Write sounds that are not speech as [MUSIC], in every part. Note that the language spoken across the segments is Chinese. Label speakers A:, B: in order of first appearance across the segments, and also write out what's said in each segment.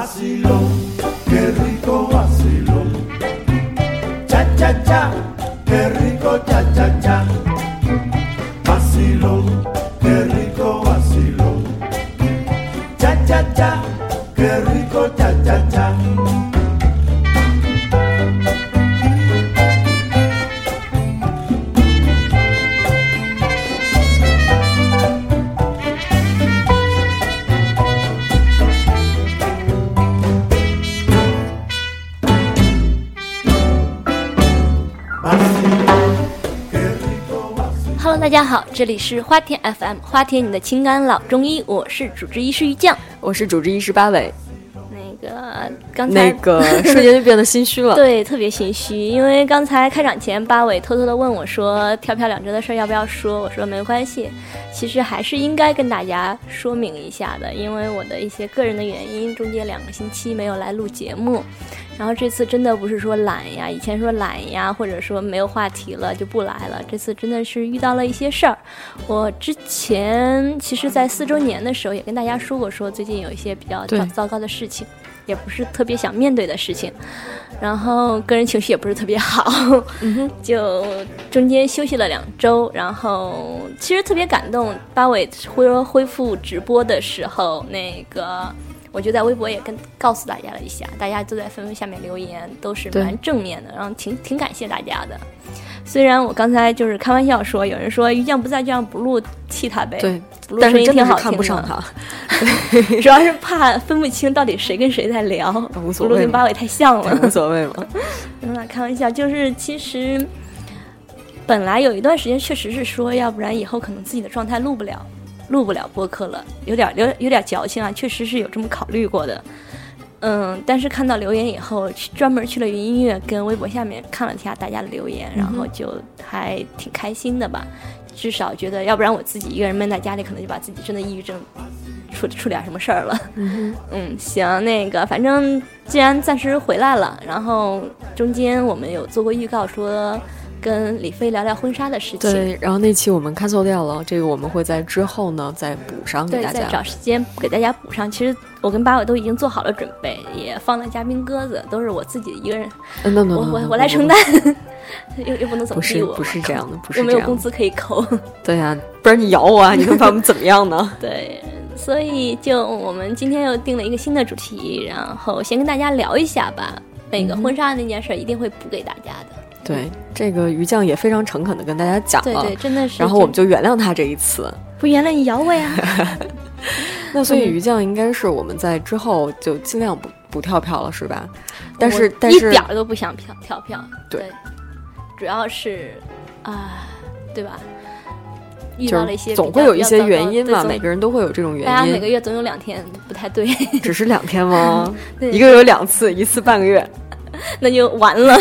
A: Vacilón, qué rico vacilón. Cha cha cha, qué rico cha cha cha. Vacilón, qué rico vacilón. Cha cha cha, qué rico cha cha cha. Vacilón, qué rico vacilón.
B: Hello，大家好，这里是花田 FM，花田你的情感老中医，我是主治医师于酱。
C: 我是主治医师八尾，
B: 那个刚才
C: 那
B: [LAUGHS]
C: 个瞬间就变得心虚了。
B: 对特别心虚，因为刚才开场前八尾偷偷的问我说“跳票两周”的事儿要不要说，我说没关系，其实还是应该跟大家说明一下的，因为我的一些个人的原因，中间两个星期没有来录节目。然后这次真的不是说懒呀，以前说懒呀，或者说没有话题了就不来了，这次真的是遇到了一些事儿。我之前其实，在四周年的时候也跟大家说过，说最近有一些比较
C: 对
B: 糟糟糕的事情，也不是特别想面对的事情，然后个人情绪也不是特别好，
C: 嗯
B: [LAUGHS] 就中间休息了两周，然后其实特别感动。八尾恢恢复直播的时候，那个我就在微博也跟告诉大家了一下，大家都在纷纷下面留言，都是
C: 对
B: 蛮正面的，然后挺挺感谢大家的。虽然我刚才就是开玩笑说，有人说于酱不在这样不录，气他呗。
C: 对，
B: 不录
C: 但
B: 声音
C: 是真
B: 挺
C: 的是
B: 好
C: 看
B: 听
C: 不上
B: 的
C: 他。
B: 主要是怕分不清到底谁跟谁在聊，
C: [LAUGHS] 无所
B: 不录
C: 谓
B: 跟
C: 嘛
B: 八尾太像了
C: 对，。无所
B: [LAUGHS]
C: 谓嘛。
B: 没办法嗯开玩笑，就是其实本来有一段时间确实是说，要不然以后可能自己的状态录不了，录不了播客了，有点有有点矫情啊，确实是有这么考虑过的。嗯，但是看到留言以后，去专门去了云音乐跟微博下面看了一下大家的留言，然后就还挺开心的吧。至少觉得，要不然我自己一个人闷在家里，可能就把自己真的抑郁症出出点什么事儿了。嗯，行，那个反正既然暂时回来了，然后中间我们有做过预告说跟李飞聊聊婚纱的事情，
C: 对，然后那期我们看错掉了，这个我们会在之后呢再补上给
B: 对，
C: 大
B: 再找
C: 家。
B: 时间给大家补上。其实我跟八尾都已经做好了准备，也放了嘉宾鸽子，都是我自己一个人，
C: 嗯，那
B: 我
C: 那
B: 我我来承。担， [LAUGHS] 又又不能怎
C: 不
B: 么
C: 是
B: 逼我，
C: 不是这样的，不是
B: 又没
C: 这
B: 有
C: 样
B: 工
C: 的。
B: 资可以扣。？
C: [LAUGHS] 对呀、不然你咬我啊，你能把我们怎么样呢
B: [LAUGHS] 对，所以就我们今天又定了一个新的主题，然后先跟大家聊一下吧。那
C: 嗯
B: 个婚纱的那件事儿一定会补给大家的。
C: 对，这个于酱也非常诚恳的跟大家讲
B: 对
C: 了，
B: 对，真的是。
C: 啊然后我们就原谅他这一次。
B: 不原谅你咬我呀。
C: 那所
B: 嗯
C: 以于酱应该是我们在之后就尽量不不跳票了，是吧？但是
B: 我
C: 但
B: 一
C: 是
B: 点儿都不想跳跳票。
C: 对
B: 主要是啊、对吧？遇
C: 就
B: 到了一些
C: 是
B: 比
C: 总
B: 较
C: 会有一
B: 比较
C: 些
B: 糟糕
C: 原因
B: 对
C: 嘛，
B: 总
C: 每个人都会有这种
B: 大家
C: 原
B: 每个 [LAUGHS]
C: 因。
B: 月总有两天不太对，？
C: 只是两天吗
B: 对
C: 一个月有两次，一次半个月。
B: 那就完了，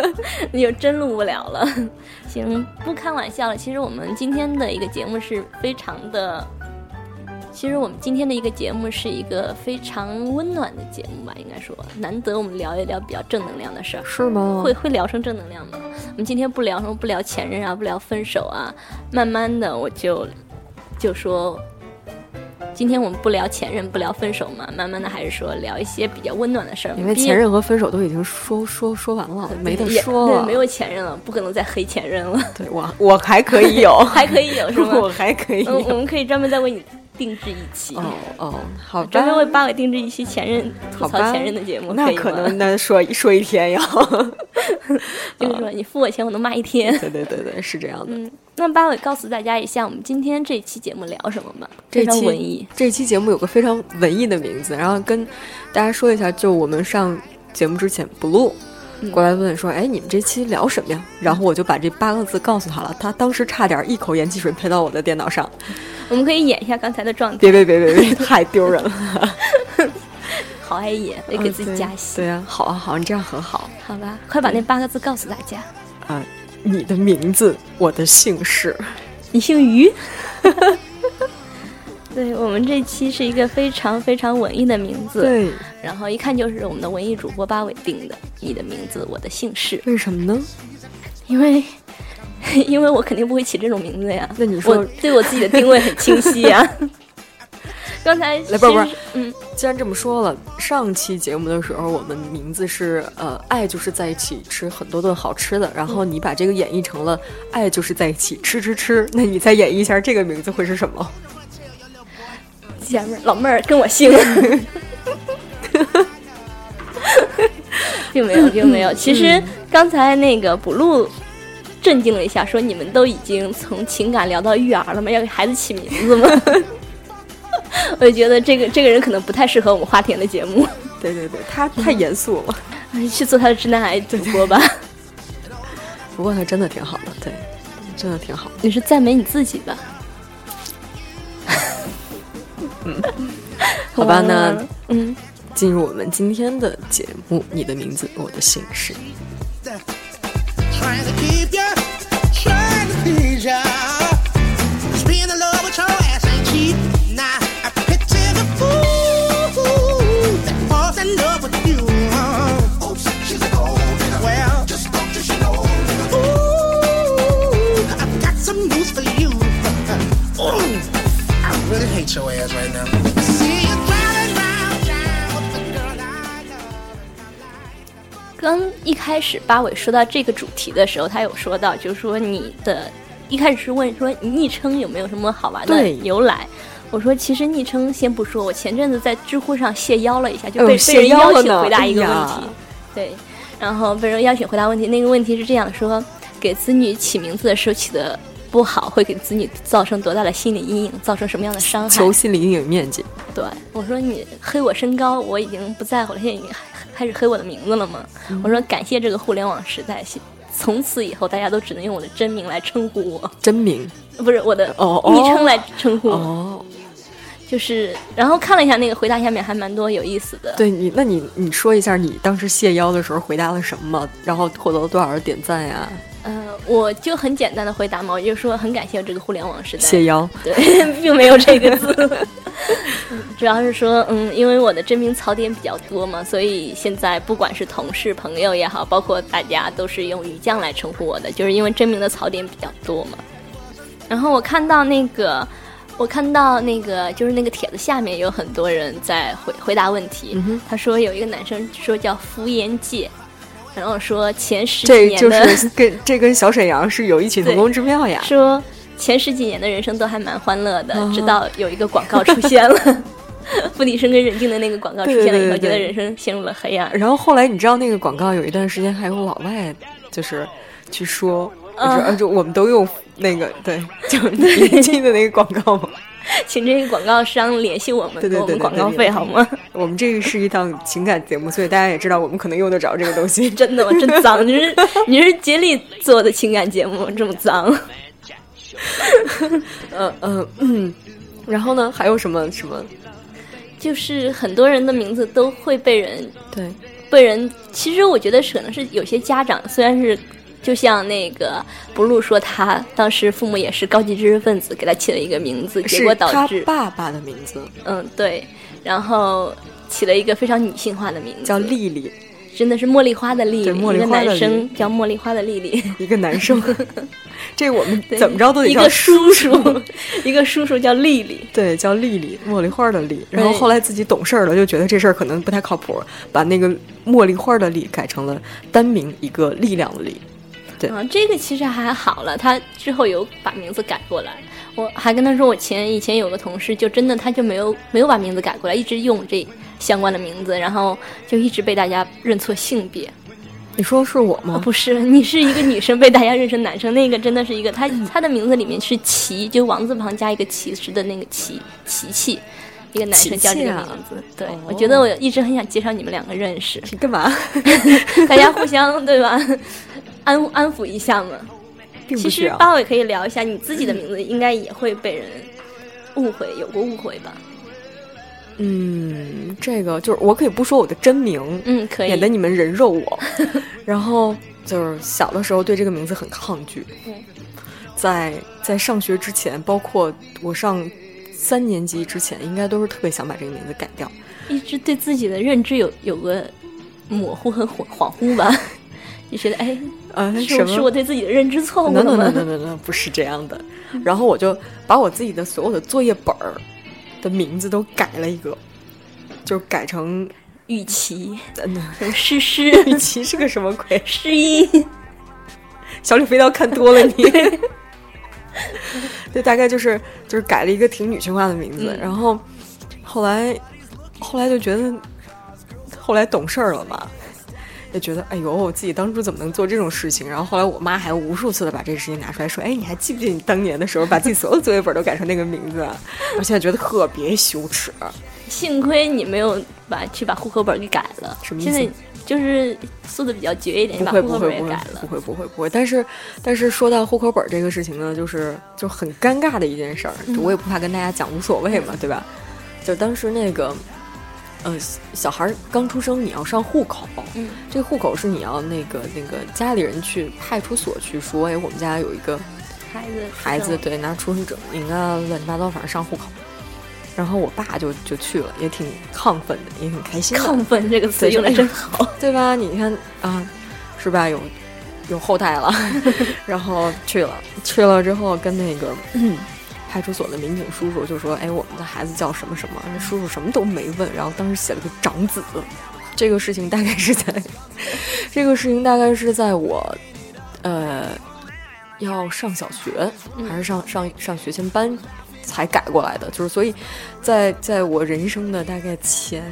B: [LAUGHS] 那就真录不了了。 [LAUGHS] 行，不开玩笑了。其实我们今天的一个节目是非常的，其实我们今天的一个节目是一个非常温暖的节目吧，应该说，难得我们聊一聊比较正能量的事儿。
C: 是吗
B: 会会聊成正能量吗？我们今天不聊什么，不聊前任啊，不聊分手啊，慢慢的我就就说，今天我们不聊前任，不聊分手嘛，慢慢的还是说聊一些比较温暖的事儿。
C: 因为
B: 毕竟
C: 前任和分手都已经说说说完了，没得
B: 也
C: 说
B: 对，
C: 了。
B: 没有前任了，不可能再黑前任了，
C: 对
B: [LAUGHS]，
C: 我我还可以有
B: 还可以 [LAUGHS] 有是
C: [LAUGHS] 我
B: 吗？
C: 还可以
B: 嗯，我
C: 有。
B: 们可以专门再为你定制一期。
C: 哦哦，好吧
B: 专，门为八尾定制一期前任吐
C: 好
B: 槽
C: 吧
B: 前任的节目，
C: 那
B: 以
C: 可
B: 吗
C: 能那说说一天要。 [LAUGHS]
B: 就是说你付我钱，我能骂一天。
C: 对对对对，是这样的。
B: 嗯，那八尾告诉大家一下，我们今天这期节目聊什么吧？
C: 这
B: 非常
C: 期
B: 文艺，
C: 这期节目有个非常文艺的名字，然后跟大家说一下，就我们上节目之前，blue
B: 嗯
C: 过来问说：“哎，你们这期聊什么呀？”然后我就把这八个字告诉他了，他当时差点一口盐汽水喷到我的电脑上，
B: 我们可以演一下刚才的状态，
C: 别别别别别，太丢人了，
B: 好爱演，得给自己加戏，
C: 对呀、好啊好啊，你这样很好
B: 好吧？快把那八个字告诉大家，
C: 啊、你的名字，我的姓氏，
B: 你姓于。 [LAUGHS] 对我们这期是一个非常非常文艺的名字，，
C: 对，
B: 然后一看就是我们的文艺主播八尾定的，你的名字，我的姓氏，
C: 为什么呢？
B: 因为 [LAUGHS] 因为我肯定不会起这种名字呀，
C: 那你
B: 我
C: 说
B: [LAUGHS] 对我自己的定位很清晰呀。刚才
C: 来不是不是
B: 其实嗯，
C: 既然这么说了，上期节目的时候，我们名字是呃，爱就是在一起吃很多顿好吃的，然后你把这个演绎成了爱就是在一起吃吃吃，那你再演绎一下这个名字会是什么？
B: 姐妹儿老妹儿跟我姓，并没有，并没有。其实刚才那个补录震惊了一下，说你们都已经从情感聊到育儿了吗？要给孩子起名字吗？ [LAUGHS] 我就觉得这个这个人可能不太适合我们花田的节目，
C: [LAUGHS] 对对对，他太严肃了，
B: 哎去做他的直男癌主播吧。
C: 不过他真的挺好的，对，真的挺好。
B: [LAUGHS] 你是赞美你自己吧？
C: 好吧
B: 完了
C: 那
B: 完了嗯，
C: 进入我们今天的节目，你的名字，我的姓氏。
D: Trying to keep ya, trying to please ya. Just being in love with your ass ain't cheap. Nah, I picture the fool that falls in love with you. huh?
A: Oops, Oh, she's a gold digger.
D: Well,
A: Just don't you she know. nigga.
D: ooh, I've got some news for you. [LAUGHS] ooh, I really hate your ass right now. See you driving round town with the girl I love.
B: 刚一开始八尾说到这个主题的时候，他有说到，就是说你的一开始是问说你昵称有没有什么好玩的
C: 对
B: 由来。我说其实昵称先不说，我前阵子在知乎上谢邀了一下，就被、
C: 哎呦
B: 被人
C: 谢邀
B: 邀
C: 了
B: 请
C: 呢
B: 回答一个
C: 哎
B: 问
C: 呀
B: 题，对，然后被人邀请回答问题，那个问题是这样说：给子女起名字的时候起的不好，会给子女造成多大的心理阴影，造成什么样的伤害
C: 求？心理阴影面积，
B: 对，我说你黑我身高，我已经不在乎了，现在已经开始黑我的名字了吗？我
C: 嗯
B: 说感谢这个互联网时代，现从此以后大家都只能用我的真名来称呼我，
C: 真名
B: 不是我的
C: 哦哦
B: 昵称来称呼我。
C: 哦。
B: 就是，然后看了一下那个回答，下面还蛮多有意思的。
C: 对你，那你你说一下你当时谢邀的时候回答了什么，然后获得了多少人点赞呀？
B: 嗯、我就很简单的回答嘛，我就说很感谢这个互联网时代。
C: 谢邀，
B: [LAUGHS] 对，并没有这个字， [LAUGHS] 主要是说，嗯，因为我的真名槽点比较多嘛，所以现在不管是同事、朋友也好，包括大家都是用鱼酱来称呼我的，就是因为真名的槽点比较多嘛。然后我看到那个，我看到那个，就是那个帖子下面有很多人在回回答问题，
C: 嗯
B: 他说有一个男生说叫敷衍姐，然后说前十几
C: 这
B: 年的
C: 就是跟这跟小沈阳是有异曲同工之妙呀。
B: 说前十几年的人生都还蛮欢乐的，
C: 哦
B: 直到有一个广告出现 [LAUGHS] 了，付笛声跟任静的那个广告出现了以后，
C: 对对对对
B: 觉得人生陷入了黑暗。
C: 然后后来你知道那个广告有一段时间还有老外就是去说，就是
B: 嗯
C: 呃就我们都用那个对，
B: [LAUGHS]
C: 就是你记得那个广告吗？
B: 请这个广告商联系我们，
C: 对对
B: 给我
C: 对
B: 们
C: 对
B: 广告
C: 对对
B: 费好吗？
C: 我们这个是一档情感节目，所以大家也知道我们可能用得着这个东
B: [LAUGHS]
C: 西。
B: 真的吗？真脏！你是你是杰里做的情感节目，这么脏？
C: 嗯嗯嗯。然后呢，还有什么什么？
B: 就是很多人的名字都会被人
C: 对，
B: 被人，其实我觉得是可能是有些家长虽然是。就像那个不露说，他当时父母也是高级知识分子，给他起了一个名字，结
C: 是
B: 果
C: 他
B: 导致
C: 爸爸的名字
B: 嗯，对，然后起了一个非常女性化的名字，
C: 叫丽丽，
B: 真的是茉莉花的丽，
C: 对茉莉
B: 一个
C: 花的
B: 男
C: 莉
B: 生叫茉莉花的丽
C: [LAUGHS]
B: 丽，
C: 一个
B: [LAUGHS]
C: 男生。这我们
B: 对
C: 怎么着都得
B: 一
C: 叫
B: 个叔叔，一个叔叔叫丽丽，
C: 对，叫丽丽，茉莉花的丽。然后
B: 对
C: 后来自己懂事儿了，就觉得这事儿可能不太靠谱，把那个茉莉花的丽改成了单名一个力量的力。对
B: 啊，这个其实还好了，他之后有把名字改过来。我还跟他说，我前以前有个同事，就真的他就没有没有把名字改过来，一直用这相关的名字，然后就一直被大家认错性别。
C: 你说是我
B: 哦，
C: 吗？
B: 不是，你是一个女生被大家认成男生，那个真的是一个他他的名字里面是齐，就王字旁加一个齐时的那个齐琪琪，一个男生叫这个名字。对、
C: 哦
B: 我觉得我一直很想介绍你们两个认
C: [LAUGHS]
B: 识，
C: 你干
B: [LAUGHS]
C: 嘛？
B: 大家互相对吧，安安抚一下嘛。
C: 并
B: 其
C: 不需啊
B: 实
C: 要。
B: 八尾可以聊一下，你自己的名字应该也会被人误会，有过误会吧？
C: 嗯，这个就是我可以不说我的真名，
B: 嗯，可以
C: 免。得你们人肉
B: [LAUGHS]
C: 我。然后就是小的时候对这个名字很抗拒，
B: 嗯
C: 在在上学之前，包括我上三年级之前，应该都是特别想把这个名字改掉。
B: 一直对自己的认知有有个模糊和恍恍惚吧？ [LAUGHS] 你觉得哎，
C: 呃，
B: 是
C: 什
B: 我
C: 么
B: 是我对自己的认知错误
C: no
B: 了
C: no
B: 吗？
C: no no no no，不是这样的。然后我就把我自己的所有的作业本儿的的名字都改了一个，就改成
B: 雨琦、
C: [LAUGHS] 嗯，
B: 诗 [LAUGHS] 诗、
C: 雨琦是个什么鬼？
B: 诗一，
C: 小李飞刀看多了你。对，大概就是就是改了一个挺女性化的名字，
B: 嗯
C: 然后后来后来就觉得，后来懂事儿了嘛，也觉得哎呦，我自己当初怎么能做这种事情？然后后来我妈还无数次的把这个事情拿出来说，哎，你还记不记得你当年的时候把自己所有作业本都改成那个名字啊？我现在觉得特别羞耻。
B: [LAUGHS]
C: 啊
B: 幸亏你没有把去把户口本给改了，
C: 什么意思
B: 现在就是速度比较绝一点，
C: 不
B: 你把
C: 会
B: 户
C: 不
B: 口
C: 会
B: 本也
C: 不会
B: 改
C: 不
B: 了。
C: 会不会不会，但是但是说到户口本这个事情呢，就是就很尴尬的一件事儿，
B: 嗯
C: 就我也不怕跟大家讲，无所谓嘛，对吧？就当时那个，呃，小孩儿刚出生，你要上户口，
B: 嗯，
C: 这个户口是你要那个那个家里人去派出所去说，哎，我们家有一个
B: 孩子
C: 孩子对拿出生证明啊，乱七八糟，反正上户口。然后我爸就就去了，也挺亢奋的，也挺开心的。
B: [LAUGHS] 亢奋这个词
C: 对
B: 用的
C: 是
B: 真好。
C: 对吧？你看啊，是吧？有有后代 [LAUGHS] 了，然后去了，去了之后跟那个 [CLEARS THROAT] 派出所的民警叔叔就说：“哎，我们的孩子叫什么什么？”那叔叔什么都没问，然后当时写了个长子。这个事情大概是在， [LAUGHS] 这个事情大概是在我，呃，要上小学还是上上上学前班才改过来的，就是所以在在我人生的大概前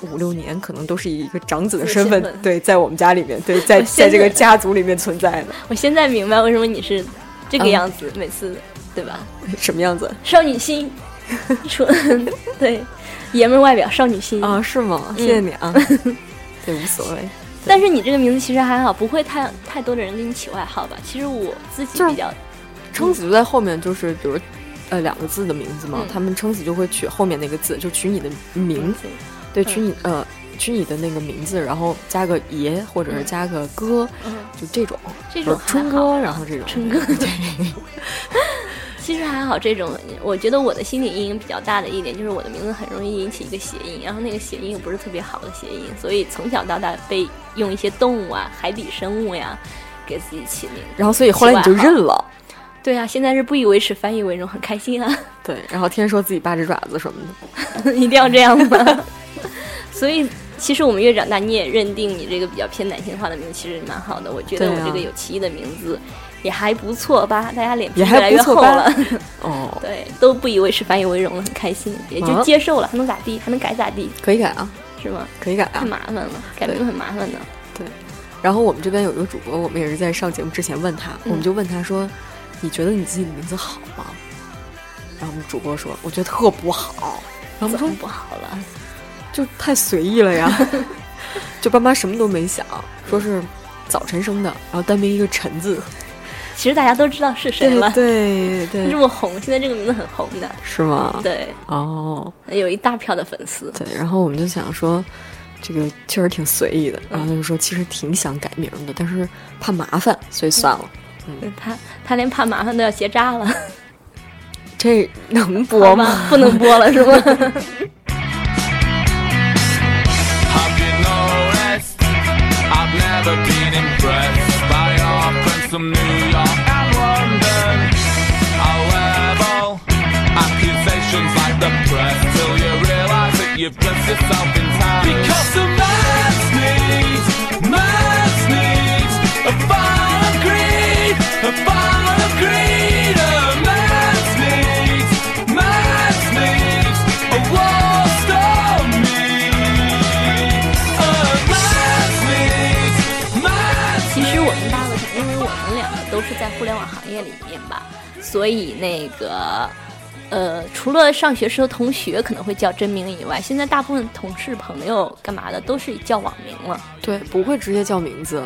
C: 五六年，可能都是以一个长子的身
B: 这
C: 份，
B: 个身份
C: 对，在我们家里面，对，在
B: 我现
C: 在这个
B: 在
C: 家族里面存在的 [LAUGHS]
B: 我现在明白为什么你是这个
C: 嗯
B: 样子，每次对吧？
C: 什么样子
B: 少女心，说 [LAUGHS] 对，爷们儿外表，少女心
C: 啊？是吗？谢谢你 [LAUGHS] 啊，对，无所谓，
B: 但是你这个名字其实还好，不会太太多的人给你起外号吧？其实我自己
C: 就是
B: 比较，
C: 撑死就在后面，就是比如。呃，两个字的名字嘛，
B: 嗯
C: 他们撑死就会取后面那个字，就取你的名，对，取你呃，取你的那个名字，然后加个爷或者是加个哥，
B: 嗯，
C: 就这种，
B: 这种
C: 比如春
B: 还好
C: 哥，然后这种
B: 春哥
C: 对，
B: [LAUGHS] 其实还好。这种我觉得我的心理阴影比较大的一点就是我的名字很容易引起一个谐音，然后那个谐音又不是特别好的谐音，所以从小到大被用一些动物啊、海底生物呀、给自己起名。
C: 然后所以后来你就认了，
B: 对啊，现在是不以为耻，反以为荣，很开心啊。 [LAUGHS]
C: 对，然后天天说自己八只爪子什么的，
B: 一定要这样吗？ [LAUGHS] 所以，其实我们越长大，你也认定你这个比较偏男性化的名字其实蛮好的。我觉得
C: 对啊
B: 我这个有歧义的名字也还不错吧，大家脸皮
C: 也
B: 越
C: 还
B: 来越
C: 不错
B: 厚
C: 吧
B: 了，
C: 哦，
B: 对，都不以为是，反以为荣了，很开心，也就
C: 啊
B: 接受了，还能咋地？还能改咋地？
C: 可以改啊，
B: 是吗？
C: 可以改
B: 太
C: 啊。
B: 麻烦了，改名
C: 对
B: 很麻烦的。
C: 然后我们这边有一个主播，我们也是在上节目之前问他，
B: 嗯
C: 我们就问他说：“你觉得你自己的名字好吗？”然后我们主播说：“我觉得特不好。”然后我们
B: 怎
C: 说
B: 么不好了？：“
C: 就太随
B: [LAUGHS]
C: 意了呀。”就爸妈什么都没想，说是早晨生的，然后单名一个晨字，
B: 其实大家都知道是谁
C: 对
B: 了，
C: 对
B: 这
C: 对，
B: 么红，现在这个名字很红的，
C: 是吗？
B: 对，
C: 哦，
B: 有一大票的粉丝。
C: 对，然后我们就想说，这个确实挺随意的。然后他就说，其实挺想改名的，但是怕麻烦，所以算了。
B: 嗯
C: 嗯
B: 他他连怕麻烦都要结扎了，
C: 这能
B: 好
C: 播吗？
B: 吧，不能播了是吗？
E: I've get no rest. I've never been impressed by your friends from New York and London. However, accusations like the press till you realize that you've dressed yourself in time. Because the man's needs, man's needs, a fire of greed, a fire of greed, a man's needs, man's needs, a war storm needs, a man's needs, man's
B: 其实我们大部分，因为我们两个都是在互联网行业里面吧，所以那个呃，除了上学时候同学可能会叫真名以外，现在大部分同事、朋友干嘛的都是叫网名了，
C: 对，不会直接叫名字，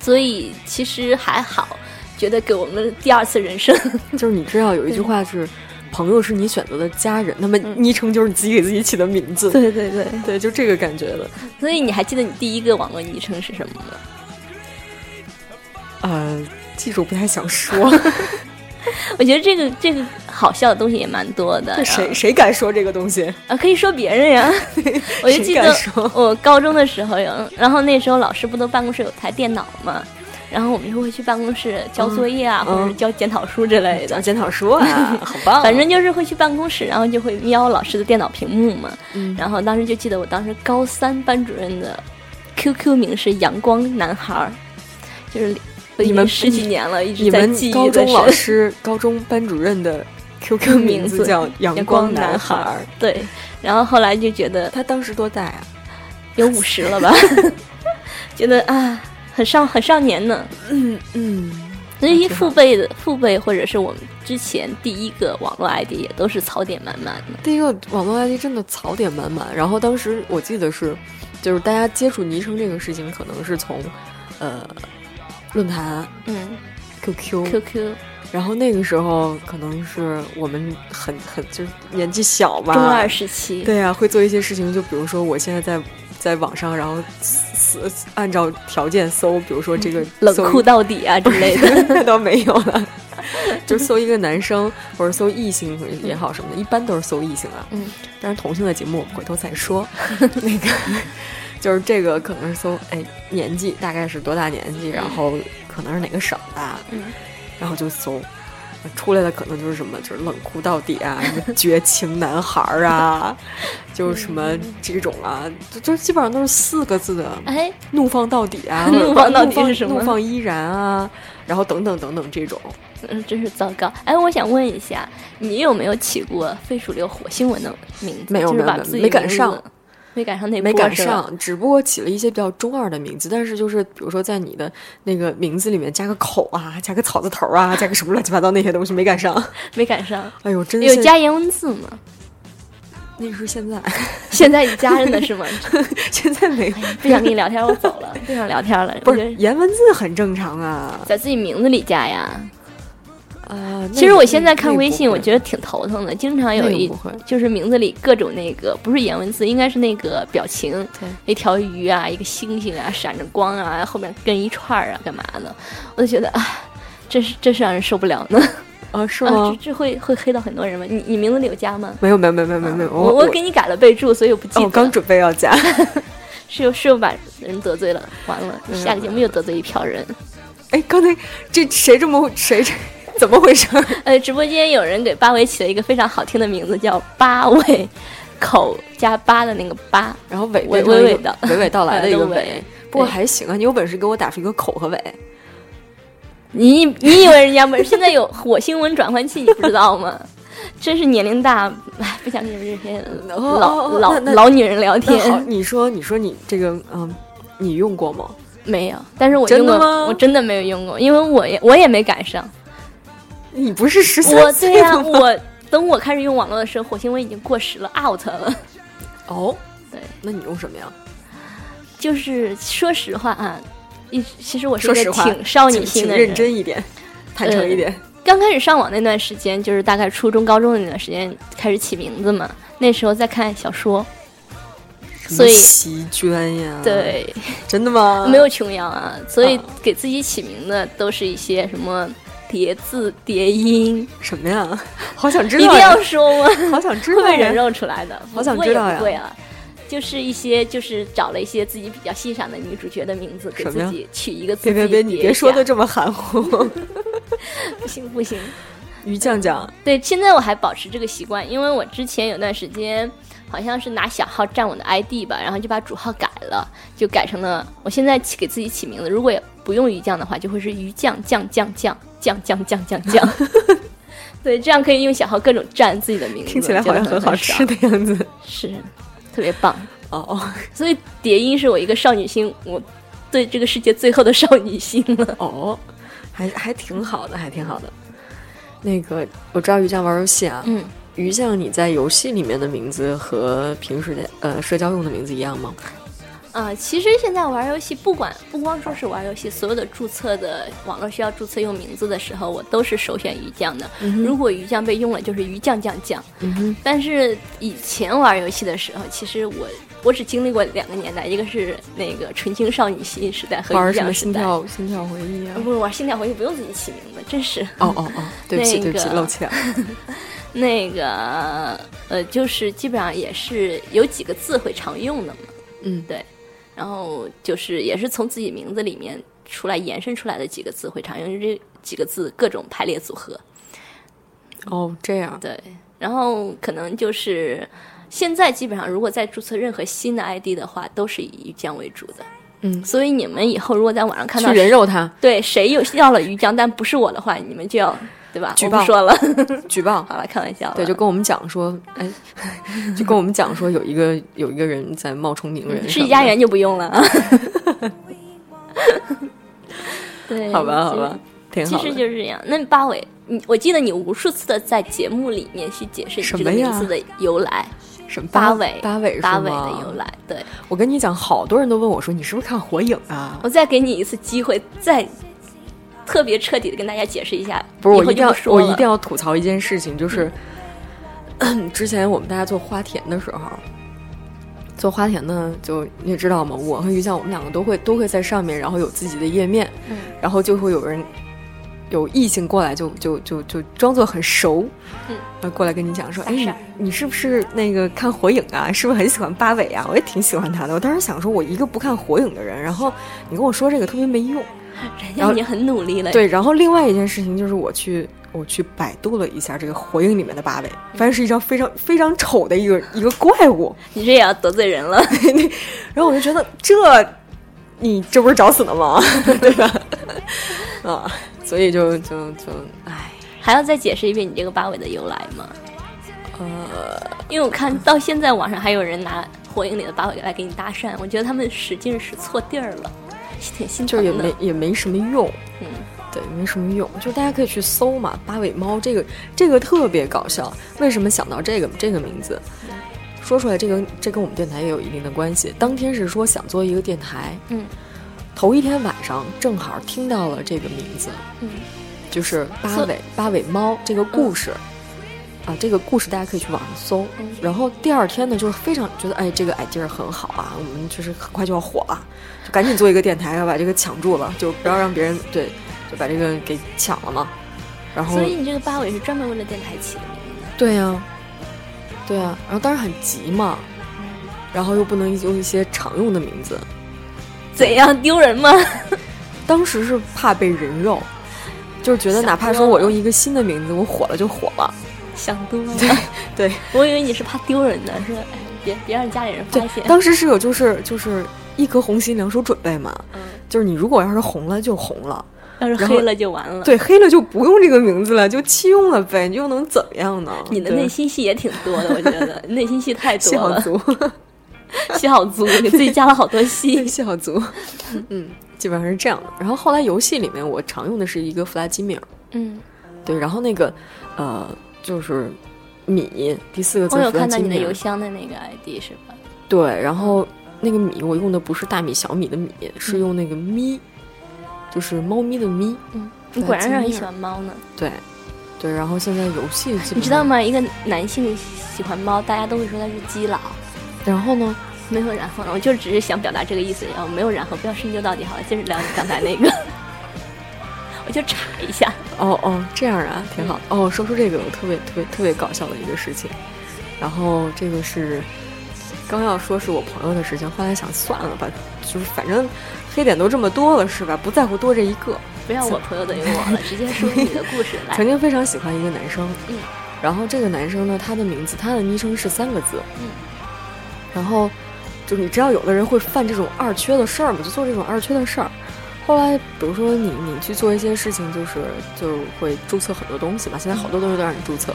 B: 所以其实还好，觉得给我们第二次人生。
C: 就是你知道有一句话是，朋友是你选择的家人，那么昵称就是你自己给自己起的名字。
B: 对对对，
C: 嗯对，就这个感觉的。
B: 所以你还记得你第一个网络昵称是什么吗？
C: 呃，记住不太想 [LAUGHS] 说，
B: 我觉得这个这个好笑的东西也蛮多的。然后
C: 谁谁敢说这个东西？
B: 啊，可以说别人
C: [LAUGHS]
B: 呀。我就记
C: 谁敢
B: 得
C: 说
B: 我高中的时候有，然后那时候老师不都办公室有台电脑嘛，然后我们就会去办公室交作业啊，
C: 嗯
B: 或者交检讨书之类的
C: 讲。检讨书
B: [LAUGHS]
C: [LAUGHS] 啊， [LAUGHS] 好棒！
B: 反正就是会去办公室，然后就会瞄老师的电脑屏幕嘛。
C: 嗯
B: 然后当时就记得我当时高三班主任的 QQ 名是阳光男孩儿，就是我已
C: 你
B: 经
C: 们
B: 十几年了，一直
C: 你
B: 在
C: 们
B: 记忆
C: 高
B: 在
C: 中老
B: 身。
C: 师、高中班主任的 QQ 名字叫阳光男孩
B: 阳光
C: 儿，
B: 对，然后后来就觉得
C: 他当时多大呀？
B: 有五十了吧， [LAUGHS] 觉得啊，很少很少年呢。
C: 嗯，
B: 所以
C: 挺好
B: 父辈的父辈或者是我们之前第一个网络 ID 也都是槽点满满的。
C: 第一个网络 ID 真的槽点满满。然后当时我记得是，就是大家接触昵称这个事情，可能是从呃论坛、
B: 嗯
C: QQ，
B: ，QQ
C: 然后那个时候可能是我们很很就是年纪小吧，
B: 中二时期，
C: 嗯对呀、会做一些事情，就比如说我现在在在网上，然后搜搜按照条件搜，比如说这个
B: 嗯冷
C: 搜
B: 酷到底啊之类
C: [LAUGHS]
B: 的。
C: 那倒没有了，就搜一个男生或者搜异性也好什么的，一般都是搜异性啊。
B: 嗯，
C: 但是同性的节目我们回头再说。 [LAUGHS] 那个就是这个可能是搜哎年纪大概是多大年纪，然后可能是哪个省的，
B: 嗯
C: 然后就搜。出来的可能就是什么，就是冷酷到底啊，什
B: [LAUGHS]
C: 么绝情男孩儿啊，就是什么
B: 嗯
C: 这种啊，就就基本上都是四个字的
B: 哎，
C: 怒放到
B: [LAUGHS]
C: 底啊，
B: 怒放到底
C: 或者
B: 是什么
C: 怒放依然啊，然后等等等等这种，
B: 嗯，真是糟糕。哎，我想问一下，你有没有起过非主流火星文的名字？
C: 没有
B: 就是
C: 没有
B: 把
C: 没有
B: 自己
C: 没赶
B: 名字
C: 上，
B: 没赶上那
C: 没
B: 波
C: 赶
B: 是吧。
C: 上，只不过起了一些比较中二的名字，但是就是比如说在你的那个名字里面加个口啊，加个草字头啊，加个什么乱七八糟那些东西没
B: [LAUGHS]
C: 赶上。
B: 没赶上，
C: 哎呦，真的
B: 有
C: 现
B: 加颜文字
C: [LAUGHS]
B: 吗？
C: 那是现在， [LAUGHS]
B: 现在已加上的是吗？
C: 现在没有，
B: 哎不想跟你聊天，我走了，不想聊天了。
C: [LAUGHS] 不
B: 我觉
C: 是
B: 得
C: 颜文字很正常啊
B: 在自己名字里加呀。
C: 啊。
B: 其实我现在看微信，我觉
C: 得
B: 得挺头疼的，经常有
C: 那个
B: 一
C: 不会
B: 就是名字里各种那个不是颜文字，应该是那个表情
C: 对，
B: 一条鱼啊，一个星星啊，闪着光啊，后面跟一串儿啊，干嘛的？我就觉得啊，真是真是让人受不了呢。
C: 啊是
B: 啊，
C: 吗
B: 这？这会会黑到很多人吗？你你名字里有加吗？
C: 没有没有没有没有没有没有，
B: 啊我
C: 我
B: 我给你改了备注，所以我不记
C: 哦
B: 得。
C: 我刚准备要加， [LAUGHS]
B: 是又是又把人得罪了，完了，
C: 嗯
B: 下个节目又得罪一票人。
C: 哎，刚才这谁这么谁这 [LAUGHS] 怎么回事儿？
B: 呃，直播间有人给八尾起了一个非常好听的名字，叫八尾，口加八的那个八。
C: 然后尾
B: 娓
C: 变成一
B: 娓
C: 个
B: 娓道
C: 娓娓道来
B: [LAUGHS]
C: 的一个
B: 来的
C: 尾
B: 尾。
C: 不过
B: 对
C: 还行啊，你有本事给我打出一个口和尾。
B: 你你以为人家不是现在有火星文转换器，你不知道吗？真是年龄大，哎，不想跟你们这些
C: 哦
B: 老、
C: 哦哦
B: 老
C: 那那
B: 老女人聊
C: 那好，
B: 天。
C: 你说你说你这个嗯，你用过吗？
B: 没有，但是我
C: 真
B: 用
C: 的
B: 过，
C: 吗
B: 我真的没有用过，因为我也我也没赶上。
C: 你不是十
B: 我对
C: 三岁
B: 呀、
C: 了吗？
B: 我等我开始用网络的时候，火星文已经过时了，out 了。
C: 哦，
B: 对，
C: 那你用什么呀？
B: 就是说实话啊，一其实我是
C: 说
B: 一
C: 实
B: 个
C: 话，
B: 挺少女
C: 请
B: 心
C: 请
B: 的
C: 认
B: 人。
C: 真一点，坦诚一点。
B: 刚开始上网那段时间，就是大概初中、高中的那段时间开始起名字嘛，那时候在看小说，所以
C: 什么啊席绢呀，，
B: 对，
C: 真的吗？
B: 没有琼瑶啊，所以
C: 啊
B: 给自己起名的都是一些什么叠字、叠音，
C: 什么呀，好想知
B: 一
C: 道
B: 定
C: 呀
B: 要，说吗？
C: 好想知
B: 会
C: 道
B: 被人
C: 呀。
B: 肉出来的，
C: 好想
B: 不会
C: 知道呀
B: 也不会啊。就是一些，就是找了一些自己比较欣赏的女主角的名字，给
C: 什么
B: 自
C: 呀
B: 己取一个字。
C: 别别别，你别说的这么含
B: [LAUGHS]
C: 糊。
B: 不行不行，
C: 于酱酱，
B: 对，现在我还保持这个习惯，因为我之前有段时间好像是拿小号占我的 ID 吧，然后就把主号改了，就改成了我现在起给自己起名字，如果也不用鱼酱的话，就会是鱼酱酱酱酱酱酱酱酱酱。 [LAUGHS] 对，这样可以用小号各种占自己的名字，
C: 听起来
B: 觉
C: 好
B: 得
C: 像很好吃
B: 爽，
C: 的样子。
B: 是特别棒。
C: 哦
B: 所以叠音是我一个少女心，我对这个世界最后的少女心了。
C: 哦，还还挺好的，还挺好的。那个我知道鱼酱玩游戏啊，
B: 嗯，
C: 鱼酱你在游戏里面的名字和平时的呃社交用的名字一样吗？
B: 啊、其实现在玩游戏，不管不光说是玩游戏，所有的注册的网络需要注册用名字的时候，我都是首选鱼酱的。如果鱼酱被用了，就是鱼酱酱酱。
C: 嗯哼，
B: 但是以前玩游戏的时候，其实我我只经历过两个年代，一个是那个纯情少女心时代和
C: 玩
B: 鱼
C: 什么
B: 酱
C: 心
B: 时代。
C: 跳心跳回忆啊
B: 呃？不是玩心跳回忆不用自己起名字，真是
C: 哦哦哦，对不起
B: 那
C: 对不起，
B: 个 [LAUGHS]
C: 露怯了。
B: 那个呃，就是基本上也是有几个字会常用的嘛。
C: 嗯
B: 对，然后就是也是从自己名字里面出来延伸出来的几个词汇，常用这几个字各种排列组合。
C: 哦，这样，
B: 对，然后可能就是现在基本上，如果再注册任何新的 ID 的话，都是以鱼酱为主的。
C: 嗯
B: 所以你们以后如果在网上看
C: 去
B: 到
C: 人肉他，
B: 对谁又要了鱼酱，但不是我的话，你们就要对吧？
C: 举
B: 我不
C: 报
B: 说了， [LAUGHS]
C: 举报。
B: 好了，开玩笑了。
C: 对，就跟我们讲说，哎，
B: [LAUGHS]
C: 就跟我们讲说，有一个有一个人在冒充名人，
B: 世纪佳缘。就不用了
C: [LAUGHS]
B: 啊。对，
C: 好吧，好
B: 其实
C: 吧，挺
B: 其
C: 好
B: 实
C: 的。
B: 就是这样。那八尾，你我记得你无数次的在节目里面去解释你
C: 什
B: 这个
C: 么呀
B: 名字的由来，
C: 什么
B: 八尾，
C: 八尾是
B: 八尾
C: 吗哦
B: 的由来。对，
C: 我跟你讲，好多人都问我说，你是不是看《火影》啊？
B: 我再给你一次机会，再特别彻底的跟大家解释一下。
C: 不是我
B: 以后
C: 一
B: 就
C: 定要
B: 不，说
C: 我
B: 了
C: 一定要吐槽一件事情，就是、
B: 嗯
C: [CLEARS THROAT] 之前我们大家做花田的时候，做花田呢，就你也知道嘛，我和于酱我们两个都会都会在上面，然后有自己的页面，
B: 嗯
C: 然后就会有人有异性过来就，就就就装作很熟，
B: 嗯
C: 呃，过来跟你讲说，
B: 撒
C: 哎，
B: 事
C: 你
B: 儿
C: 你是不是那个看火影啊？是不是很喜欢八尾啊？我也挺喜欢他的。我当时想说，我一个不看火影的人，然后你跟我说这个特别没用。
B: 人
C: 然
B: 家
C: 后
B: 已经很努力了。
C: 对，然后另外一件事情就是我去我去百度了一下这个《火影》里面的八尾，发现是一张非常非常丑的一个一个怪物， [LAUGHS]
B: 你这也要得罪人了。
C: 然后我就觉得这你这不是找死呢吗？ [LAUGHS] 对吧？啊，所以就就就唉，
B: 还要再解释一遍你这个八尾的由来吗？呃，因为我看到现在网上还有人拿火影里的八尾来给你搭讪，我觉得他们使劲是错地儿了，挺心
C: 就
B: 疼
C: 是也
B: 的。
C: 没也没什么用。
B: 嗯，
C: 对，没什么用，就是大家可以去搜嘛，八尾猫这个这个特别搞笑。为什么想到这个这个名字？
B: 嗯
C: 说出来这个这跟我们电台也有一定的关系。当天是说想做一个电台，
B: 嗯，
C: 头一天晚上正好听到了这个名字，
B: 嗯，
C: 就是八
B: 搜
C: 尾八尾猫这个故事。啊，这个故事大家可以去网上搜，
B: 嗯
C: 然后第二天呢，就是非常觉得哎，这个 idea 很好啊，我们就是很快就要火了，就赶紧做一个电台，要啊把这个抢住了，就不要让别人对，就把这个给抢了嘛。然后
B: 所以你这个八尾是专门为了电台起的名字。
C: 对呀、对呀、然后当然很急嘛，
B: 嗯
C: 然后又不能用一些常用的名字，
B: 怎样丢人
C: [LAUGHS]
B: 吗？
C: 当时是怕被人肉，就是觉得
B: 想
C: 哪怕说
B: 多
C: 我
B: 了
C: 用一个新的名字，我火了就火了，
B: 想多了，
C: 对。
B: [LAUGHS] 我以为你是怕丢人呢，是吧哎别别让家里人发
C: 对，
B: 现。
C: 当时是有就是就是一颗红心两手准备嘛，
B: 嗯
C: 就是你如果要是红了就红了，
B: 要是
C: 然后
B: 黑了就完了。
C: 对，黑了就不用这个名字了，就弃用了呗，又能怎么样呢？
B: 你的
C: 对
B: 内心戏也挺多的，我觉得
C: [LAUGHS]
B: 内心戏太
C: 戏
B: 多
C: 好
B: 了，
C: 足，
B: [LAUGHS] 戏好足，给自己加了好多戏
C: [LAUGHS] 对，。戏好足，嗯，基本上是这样的。然后后来游戏里面我常用的是一个弗拉基米尔，
B: 嗯，
C: 对，然后那个呃就是米第四个字
B: 我有
C: 弗拉
B: 看到
C: 基
B: 你的
C: 米
B: 邮
C: 尔，
B: 箱的那个 ID 是吧？
C: 对，然后那个米我用的不是大米小米的米，是用那个咪，就是猫咪的咪，
B: 嗯，你果然让人喜
C: 欢。
B: 欢猫呢。
C: 对，对，然后现在游戏基本
B: 你知道
C: 上？
B: 吗？一个男性喜欢猫，大家都会说他是基佬，
C: 然后呢？
B: 没有然后了。我就只是想表达这个意思，然后没有然后，不要深究到底好了。接着聊你刚才那个， [LAUGHS] 我就查一下。
C: 哦哦，这样啊，挺好。哦，说出这个我特别特别特别搞笑的一个事情，然后这个是刚要说是我朋友的事情，后来想算了吧，就是反正黑点都这么多了，是吧？不在乎多这一个。
B: 不要我朋友等于我了，直接说你的故事来
C: 曾。经非常喜欢一个男生，
B: 嗯，
C: 然后这个男生呢，他的名字，他的昵称是三个字，
B: 嗯，
C: 然后就你知道，有的人会犯这种二缺的事儿嘛，就做这种二缺的事儿。后来，比如说你你去做一些事情，就是就会注册很多东西嘛，现在好多东西都让你注册。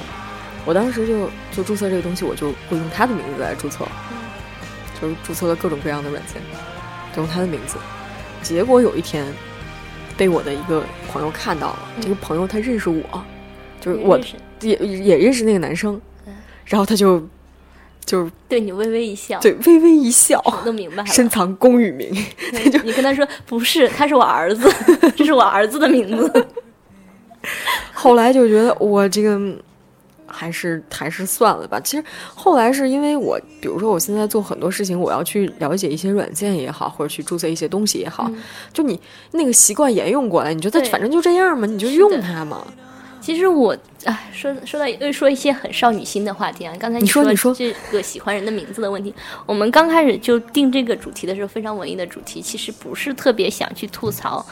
C: 我当时就就注册这个东西，我就会用他的名字来注册，
B: 嗯
C: 就是注册了各种各样的软件，都用他的名字。结果有一天，被我的一个朋友看到了，这个朋友他认识我，就是
B: 嗯你
C: 我
B: 认识嗯
C: 也也认识那个男生，然后他就就
B: 对你微微一笑，
C: 对微微一
B: [LAUGHS]
C: 笑，
B: 我都明白
C: 深
B: 了。
C: 藏功与名，
B: 对你跟他说不是，他是我儿子，
C: [LAUGHS]
B: 这是我儿子的名字。
C: 后来就觉得我这个嗯还是还是算了吧。其实后来是因为我，比如说我现在做很多事情，我要去了解一些软件也好，或者去注册一些东西也好，就你那个习惯沿用过来，你觉得
B: 嗯对
C: 反正就这样嘛，你就是
B: [LAUGHS]
C: 用
B: 的
C: 它嘛。
B: 其实我哎，说说到又说一些很少女心的话题啊。刚才
C: 你说
B: 说
C: 你说
B: 这个喜欢人的名字的问题，我们刚开始就定这个主题的时候，非常文艺的主题，其实不是特别想去吐槽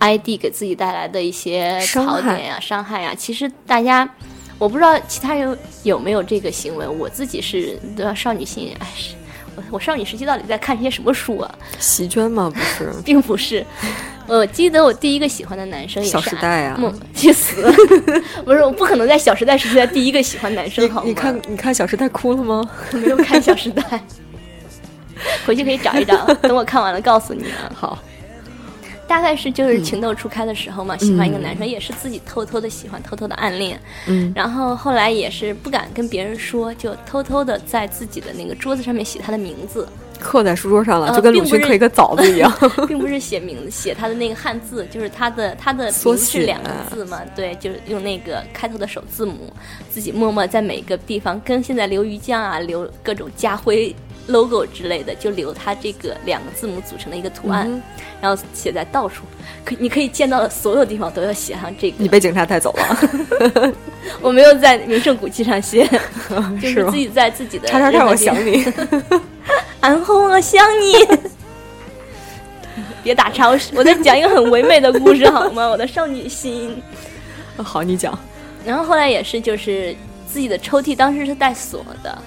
B: ID 给自己带来的一些
C: 伤
B: 槽
C: 害
B: 点呀、伤害呀、其实大家。我不知道其他人有没有这个行为，我自己是对吧？少女心，哎，是我我少女时期到底在看些什么书啊？
C: 席绢吗？
B: [LAUGHS]
C: 不是，
B: 并不是。我记得我第一个喜欢的男生也是
C: 小时代啊
B: 梦去死！ [LAUGHS] 不是，我不可能在《小时代》时期的第一个喜欢男生，好吗？
C: 你你看，你看《小时代》哭
B: [LAUGHS]
C: 了吗？
B: 没有看《小时代》，回去可以找一找，等我看完了告诉你啊。
C: 好，
B: 大概是就是情窦初开的时候嘛，喜欢一个男生也是自己偷偷的喜欢，偷偷的暗恋，
C: 嗯，
B: 然后后来也是不敢跟别人说，就偷偷的在自己的那个桌子上面写他的名字，
C: 刻在书桌上了，
B: 呃
C: 就跟
B: 并
C: 鲁
B: 不
C: 迅
B: 是
C: 刻一个枣子
B: [LAUGHS]
C: 一样。
B: 并不是写名字，写他的那个汉字，就是他的他的
C: 缩
B: 名
C: 写啊
B: 是两个字嘛，对，就是用那个开头的首字母，自己默默在每个地方跟现在留鱼酱啊，留各种家徽 logo 之类的，就留他这个两个字母组成的一个图案，
C: 嗯
B: 然后写在到处，可你可以见到的所有地方都要写上这
C: 你
B: 个。
C: 被警察带走了，
B: [LAUGHS] 我没有在名胜古迹上
C: [LAUGHS]
B: 写，就是是
C: 吗
B: 自己在自己的
C: 叉叉
B: 任
C: 叉，
B: 何
C: 我
B: 地方
C: 想你。
B: [LAUGHS] 安红，我想你。 [LAUGHS] 别打 [LAUGHS] 岔，我是我在讲一个很唯美的故事好吗？我的少女心。
C: 好，你讲。
B: 然后后来也是，就是自己的抽屉当时是带锁的，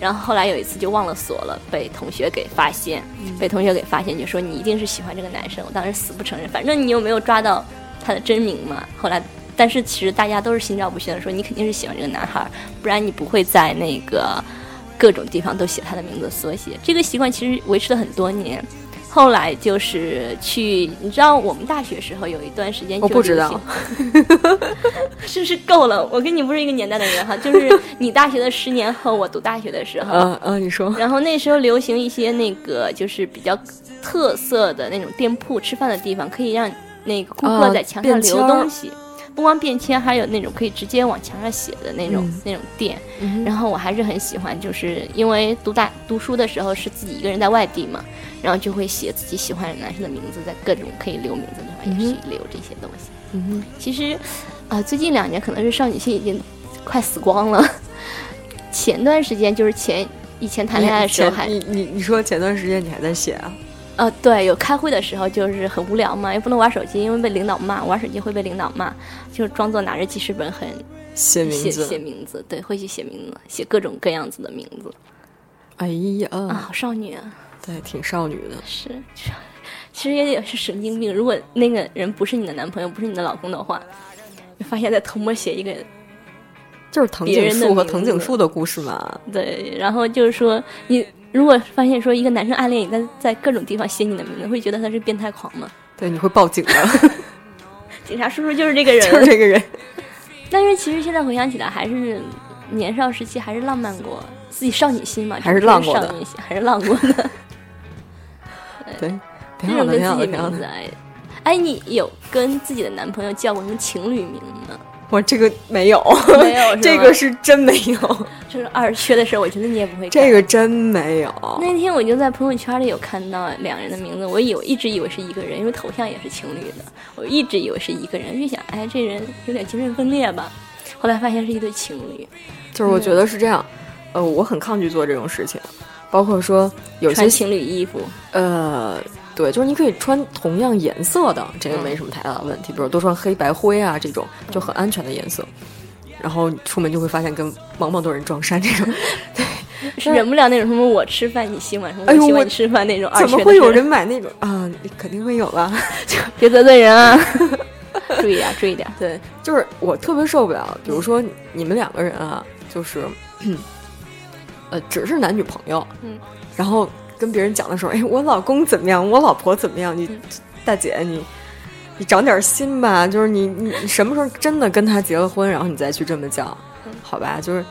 B: 然后后来有一次就忘了锁了，被同学给发现，
C: 嗯
B: 被同学给发现就说你一定是喜欢这个男生。我当时死不承认，反正你又没有抓到他的真名嘛。后来，但是其实大家都是心照不宣的说你肯定是喜欢这个男孩儿，不然你不会在那个各种地方都写他的名字缩写。这个习惯其实维持了很多年。后来就是去，你知道我们大学时候有一段时间就
C: 我不知
B: 流
C: 道
B: 行，是不是够了？我跟你不是一个年代的人
C: [LAUGHS]
B: 哈，就是你大学的十年后，我读大学的时候，
C: 嗯嗯，你说。
B: 然后那时候流行一些那个就是比较特色的那种店铺，吃饭的地方可以让那个顾
C: 啊
B: 客在墙上
C: 便签
B: 留
C: 儿
B: 东西，不光便签，还有那种可以直接往墙上写的那种、
C: 嗯
B: 那种店。然后我还是很喜欢，就是因为读大读书的时候是自己一个人在外地嘛，然后就会写自己喜欢的男生的名字，在各种可以留名字的地方也是留这些东西。
C: 嗯
B: 其实，啊、最近两年可能是少女心已经快死光了。 [LAUGHS] 前段时间就是前以前谈恋爱的时候还
C: 你你你说前段时间你还在写啊？
B: 呃，对，有开会的时候就是很无聊嘛，又不能玩手机，因为被领导骂，玩手机会被领导骂，就装作拿着记事本很
C: 写名
B: 写
C: 字。
B: 写名字，对，会去写名字，写各种各样子的名字
C: 哎呀，
B: 啊，好少女啊，
C: 对，挺少女的。
B: 是， [LAUGHS] 其实也也是神经病。如果那个人不是你的男朋友，不是你的老公的话，你发现在偷摸写一个
C: 就是藤
B: 别
C: 井
B: 人的
C: 树和
B: 名
C: 藤井
B: 字
C: 树的故事嘛。
B: 对，然后就是说，你如果发现说一个男生暗恋你，但在各种地方写你的名字，会觉得他是变态狂吗？
C: [LAUGHS] 对，你会报警 [LAUGHS] 的，
B: [LAUGHS] 警察叔叔 [LAUGHS] 就是这个人。
C: 就是这个人。
B: 但是其实现在回想起来，还是年少时期还是浪漫过，自己少女心嘛，
C: 还是
B: 这
C: 浪
B: 不
C: 过的
B: 少女心，还是浪过
C: [LAUGHS]
B: 的，
C: 对，挺
B: 这
C: 好
B: 种
C: 的，
B: 跟
C: 挺好
B: 自
C: 的，
B: 己
C: 挺好
B: 名字
C: 的。
B: 哎。哎，你有跟自己的男朋友叫过什么情侣名吗？
C: 我这个没有，
B: 没
C: [LAUGHS]
B: 有是
C: 这
B: 吗
C: 个是真没 [LAUGHS] 有，
B: 就是二缺的时候，我觉得你也不会干
C: 这个真没有。
B: 那天我就在朋友圈里有看到两人的名字，我以为一直以为是一个人，因为头像也是情侣的，我一直以为是一个人，就想哎这人有点精神分裂吧，后来发现是一对情侣，
C: 就是我觉得是这样，呃，我很抗拒做这种事情，包括说有
B: 穿
C: 些
B: 情侣衣服，
C: 呃，对，就是你可以穿同样颜色的，这个
B: 嗯
C: 没什么太大的问题。比如多穿黑白灰啊这种，就很安全的颜色。然后你出门就会发现跟茫茫多人撞衫这种， [LAUGHS]
B: 是忍不了那种什么我吃饭你洗碗什么，
C: 哎呦
B: 我洗
C: 我
B: 碗你吃饭那种 [LAUGHS] 二
C: 怎
B: 缺
C: 么
B: 的
C: 会有
B: 事
C: 人买那种啊？你肯定会有吧？
B: 别得罪人啊， [LAUGHS] 注意点啊注意点，
C: 对，就是我特别受不了，比如说你们两个人啊，就是，呃，只是男女朋友，
B: 嗯，
C: 然后跟别人讲的时候，哎，我老公怎么样，我老婆怎么样，你、
B: 嗯
C: 大姐你。你长点心吧，就是你你你什么时候真的跟他结了婚，然后你再去这么讲，好吧？就是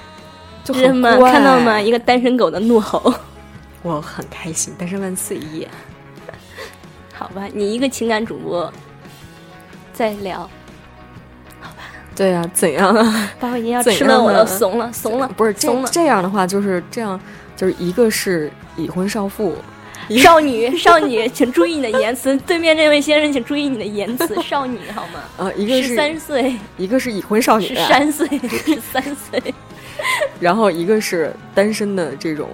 C: 就
B: 知道
C: 很
B: 吗？嗯
C: 怪
B: 看到吗？一个单身狗的怒吼。
C: 我很开心，单身万岁耶！
B: 好吧，你一个情感主播，再聊。
C: 对呀、怎样啊？ [LAUGHS]
B: 八块钱要
C: 怎
B: 吃了
C: 样
B: 我
C: 呢
B: 了，怂了，怂了，
C: 不是这
B: 怂了。
C: 这样的话，就是这样，就是一个是已婚少妇，
B: [LAUGHS] 少女，少女，请注意你的言辞。对面这位先生，请注意你的言辞。
C: [LAUGHS]
B: 少女，好吗？
C: 呃，一个
B: 十三
C: 是
B: 岁，
C: 一个是已婚少女啊
B: 十，三岁，十三岁。 [LAUGHS]
C: 然后一个是单身的这种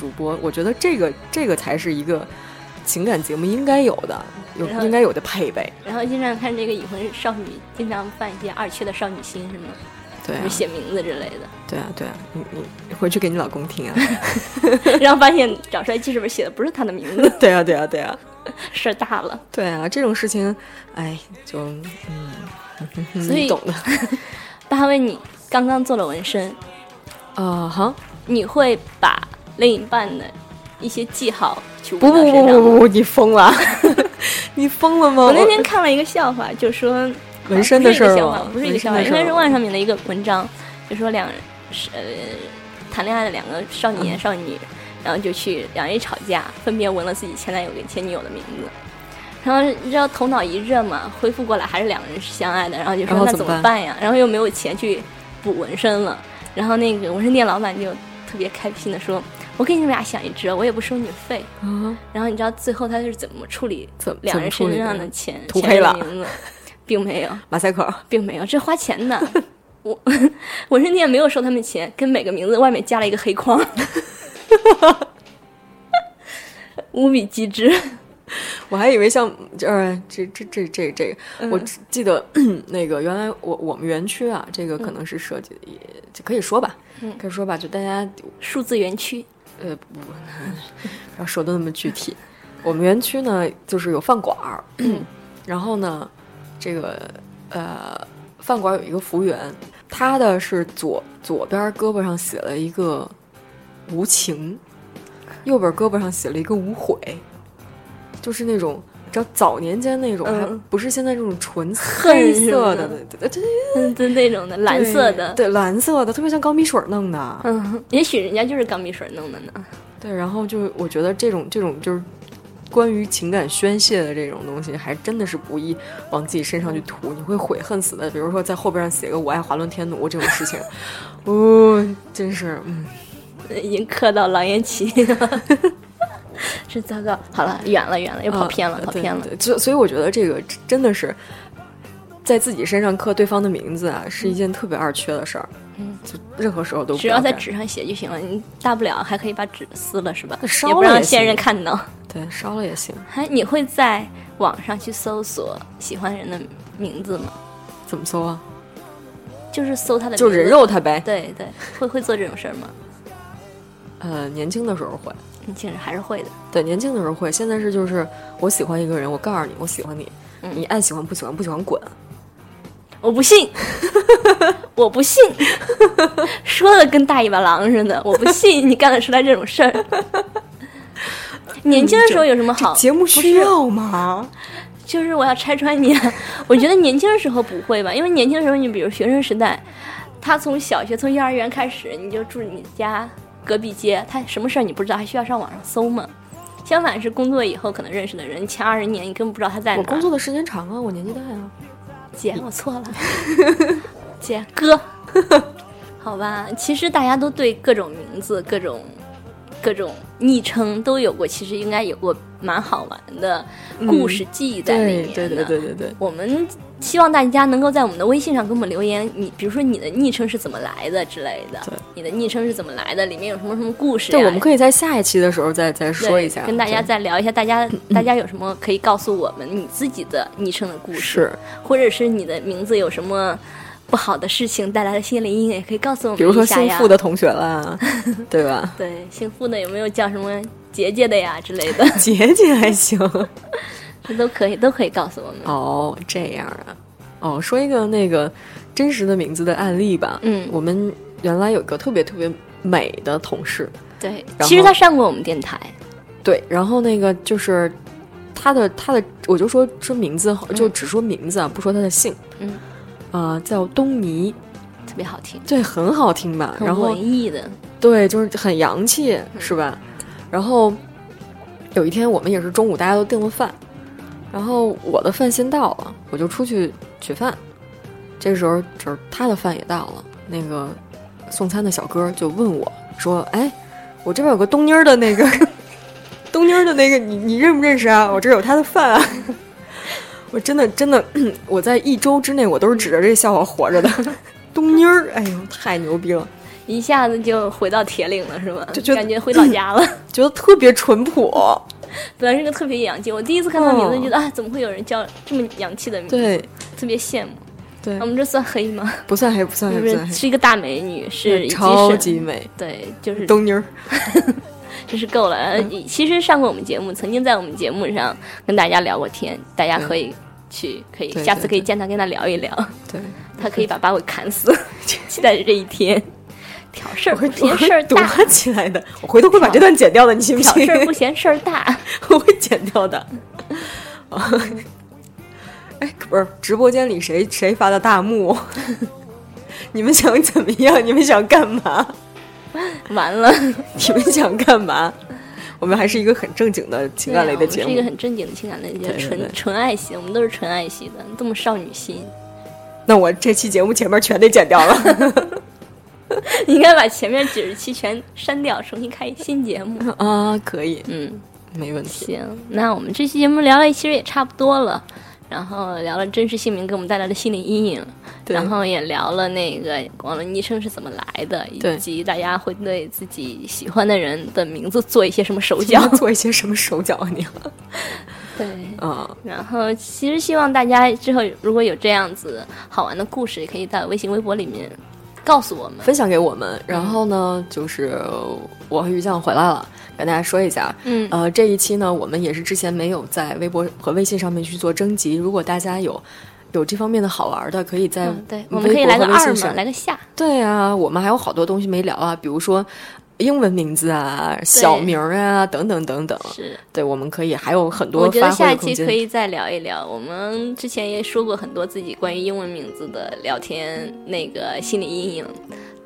C: 主播，我觉得这个这个才是一个情感节目应该有的，有
B: 然后
C: 应该有的配备。
B: 然后经常看这个已婚少女，经常犯一些二缺的少女心，是吗？
C: 对
B: 就
C: 啊
B: 是，写名字之类的， [LAUGHS]
C: 对啊，对啊，你你回去给你老公听啊。 [LAUGHS]
B: 然后发现找出来其实不是写的不是她的名
C: [LAUGHS]
B: 字，
C: 对啊，对啊，对啊，
B: 事儿大了。
C: 对啊，这种事情，哎，就嗯，
B: 所以
C: 你懂
B: [LAUGHS]
C: 的。
B: 大卫，你刚刚做了纹身，
C: 啊哈，
B: 你会把另一半的一些记号去
C: 不
B: 纹到
C: 不
B: 身上
C: 不
B: 吗
C: 不不不，你疯了，你疯了
B: [LAUGHS]
C: 吗？
B: 我那天看了一个笑话，就说
C: 纹身的事儿吗
B: 啊不是一个笑话，不是一个笑话，
C: 纹身的事
B: 应
C: 儿
B: 该是万上面的一个文章，就说两是呃谈恋爱的两个少
C: 嗯
B: 年少女，然后就去两人一吵架，分别纹了自己前男友跟前女友的名字。然后你知道头脑一热嘛，恢复过来还是两个人是相爱的，然后就
C: 然
B: 说
C: 后
B: 那
C: 怎
B: 怎
C: 么
B: 么
C: 办
B: 办呀？然后又没有钱去补纹身了，然后那个纹身店老板就特别开心的说：“我给你们俩想一折，我也不收你费。”
C: 啊，
B: 然后你知道最后他是怎么处理
C: 怎
B: 两人
C: 怎么处
B: 身
C: 理的
B: 上的钱
C: 涂
B: 钱
C: 黑
B: 的
C: 了
B: 名字，并没有， [LAUGHS]
C: 马赛克，
B: 并没有，这花钱的。 [LAUGHS] 我纹身店没有收他们钱，跟每个名字外面加了一个黑框， [LAUGHS] 无比机智。
C: 我还以为像呃这这这这这个，我只记得 [CLEARS THROAT] 那个原来我我们园区啊，这个可能是设计的，也就可以说吧，可以说吧，就大家
B: 数字园区，
C: 呃不，不要说的那么具体。我们园区呢，就是有饭馆儿，
B: 嗯
C: [CLEARS THROAT] 然后呢，这个呃，饭馆儿有一个服务员，他的是左左边胳膊上写了一个无情，右边胳膊上写了一个无悔，就是那种。知道早年间那种，
B: 嗯
C: 还不是现在这种纯
B: 恨
C: 黑
B: 是
C: 色的
B: 吗，
C: 对对
B: 嗯，就那种的蓝色的，
C: 对蓝色的，特别像钢笔水儿弄的，
B: 嗯，也许人家就是钢笔水弄的呢。
C: 对，然后就是我觉得这种这种就是关于情感宣泄的这种东西，还真的是不宜往自己身上去涂，你会悔恨死的。比如说在后边上写个“我爱华伦天奴”这种事情，哦，真是，嗯，
B: 已经刻到狼烟起了， [LAUGHS] 真糟糕。好了，远了远了，又跑
C: 啊
B: 偏了，跑
C: 对
B: 偏了。
C: 对所所以我觉得这个真的是在自己身上刻对方的名字啊，是一件特别二缺的事儿。
B: 嗯，
C: 就任何时候都不
B: 只要在
C: 干
B: 纸上写就行了，你大不了还可以把纸撕了，是吧？
C: 烧
B: 也不
C: 了
B: 让
C: 也
B: 现
C: 行
B: 任看到。
C: 对烧了也行，
B: 还你会在网上去搜索喜欢人的名字吗？
C: 怎么搜啊？
B: 就是搜他的名字，
C: 就人肉他呗。
B: 呃对对，会会做这种事儿吗？
C: 呃，年轻的时候会。
B: 年轻人还是会的。
C: 对，年轻的时候会，现在是就是我喜欢一个人，我告诉你我喜欢你，
B: 嗯
C: 你爱喜欢不喜欢不喜欢滚。
B: 我不
C: [LAUGHS]
B: 信，我不信， [LAUGHS] 说的跟大尾巴狼似的，我不信你干得出来这种事
C: [LAUGHS]
B: 儿。年轻的时候有什么好？
C: 嗯节目需要吗？
B: 就是我要拆穿你、 [LAUGHS] 啊。我觉得年轻的时候不会吧，因为年轻的时候，你比如学生时代，他从小学、从幼儿园开始，你就住你家隔壁街，他什么事儿你不知道，还需要上网上搜吗？相反是工作以后可能认识的人，你前二十年你根本不知道他在哪儿。
C: 我工作的时间长啊，我年纪大啊。
B: 姐，我错了， [LAUGHS] 姐哥，好吧。其实大家都对各种名字、各种各种昵称都有过，其实应该有过蛮好玩的故事记忆在里面
C: 对
B: 的。
C: 对对对对对，
B: 呃我们希望大家能够在我们的微信上给我们留言，你比如说你的昵称是怎么来的之类的
C: 对，
B: 你的昵称是怎么来的，里面有什么什么故事呀、
C: 对，我们可以在下一期的时候再再
B: 对
C: 说一下，
B: 跟大家
C: 对
B: 再聊一下，大
C: [CLEARS THROAT]
B: 家大家有什么可以告诉我们你自己的昵称的故事，
C: 是，
B: 或者是你的名字有什么不好的事情带来的心理阴影，也可以告诉我们一下呀。
C: 比如说姓付的同学
B: [LAUGHS]
C: 啦，对吧？
B: 对姓付的有没有叫什么杰杰的呀之类
C: [LAUGHS]
B: 的，
C: 姐姐还行。
B: 这都可以都可以告诉我们。
C: [LAUGHS] 哦，这样啊。哦，说一个那个真实的名字的案例吧。
B: 嗯
C: 我们原来有一个特别特别美的同事，
B: 对，
C: 然
B: 其实
C: 后
B: 他上过我们电台，
C: 对，然后那个就是他的他的，我就说说名字，就只说名字啊，不说他的姓。
B: 嗯，
C: 呃，叫东尼，
B: 特别好听，
C: 对，很好听吧？
B: 很
C: 然后
B: 文艺的，
C: 对，就是很洋气，是吧？然后有一天我们也是中午大家都订了饭，然后我的饭先到了，我就出去取饭。这时候就是他的饭也到了，那个送餐的小哥就问我说：“哎，我这边有个东妮儿的那个东妮音儿的那个，你你认不认识啊？我这儿有他的饭啊。我真的 [CLEARS THROAT] 真的，我在一周之内，我都是指着这笑话活着的。 [LAUGHS] 东妮儿，哎呦，太牛逼了，
B: 一下子就回到铁岭了，是吗？
C: 就就
B: 感觉回老家了。 [CLEARS THROAT]
C: 觉得特别淳朴。
B: 本来是个特别洋气，我第一次看到名字
C: 哦
B: 就觉得、啊，怎么会有人叫这么洋气的名字？
C: 对
B: 特别羡慕。
C: 对
B: 我，们这算黑吗？
C: 不算黑，不算黑，
B: [LAUGHS] 就
C: 不算
B: 是
C: 黑，
B: 是一个大美女，是
C: 超
B: 已
C: 级
B: 经是
C: 美。
B: 对，就是
C: 东妮嗯儿，
B: 这是够了。呃其实上过我们节目，曾经在我们节目上跟大家聊过天，大家可以去，可以
C: 对
B: 下次
C: 对
B: 可以
C: 对
B: 见他，跟他聊一
C: [LAUGHS]
B: 聊，
C: 对，
B: 他可以把把我砍死，期待着这一天。挑事儿
C: 我会
B: 不嫌事儿
C: 躲
B: 大，
C: 起来的。我回头会把这段剪掉的，你信不
B: 挑
C: 信
B: 事？
C: [LAUGHS]
B: 儿不嫌事儿大。
C: 我会剪掉的。哎，不是，直播间里谁谁发的弹幕？ [LAUGHS] 你们想怎么样？你们想干嘛？
B: 完了，
C: 你们想干嘛？我们还是一个很正经的 [LAUGHS] 情感类的
B: 对
C: 节
B: 啊我们是一个
C: 目。
B: 很正经的情感类的节目，
C: 对对对
B: 纯纯爱系，我们都是纯爱系的，这么少女心。 [LAUGHS]
C: 那我这期节目前面全得剪掉了
B: [LAUGHS] 你应该把前面九十期全删掉，重新开新节
C: [LAUGHS]
B: 目。
C: 啊，可以，
B: 嗯，
C: 没问题。
B: 行，那我们这期节目聊了，其实也差不多了。然后聊了真实姓名给我们带来的心理阴影，
C: 对
B: 然后也聊了那个网络昵称是怎么来的，以
C: 对
B: 及大家会对自己喜欢的人的名字做一些什么手
C: [LAUGHS]
B: 脚
C: 要。做一些什么手脚啊你？
B: 对， [LAUGHS]
C: 啊，
B: 然后其实希望大家之后如果有这样子好玩的故事，也可以在微信、微博里面告诉我们。
C: 分享给我们。然
B: 嗯
C: 后呢，就是我和于酱回来了，跟大家说一下。
B: 嗯
C: 呃，这一期呢，我们也是之前没有在微博和微信上面去做征集。如果大家有有这方面的好玩的，可以在
B: 嗯，对，我
C: 微
B: 们可以
C: 博
B: 来个
C: 和微
B: 二
C: 信
B: 嘛，
C: 上。
B: 来个下。
C: 对啊，我们还有好多东西没聊啊，比如说英文名字啊、小名儿啊等等等等。
B: 是，
C: 对，我们可以还有很多
B: 我觉得
C: 发
B: 下
C: 挥
B: 一
C: 的空
B: 期
C: 间。
B: 可以再聊一聊。我们之前也说过很多自己关于英文名字的聊天，那个心理阴影，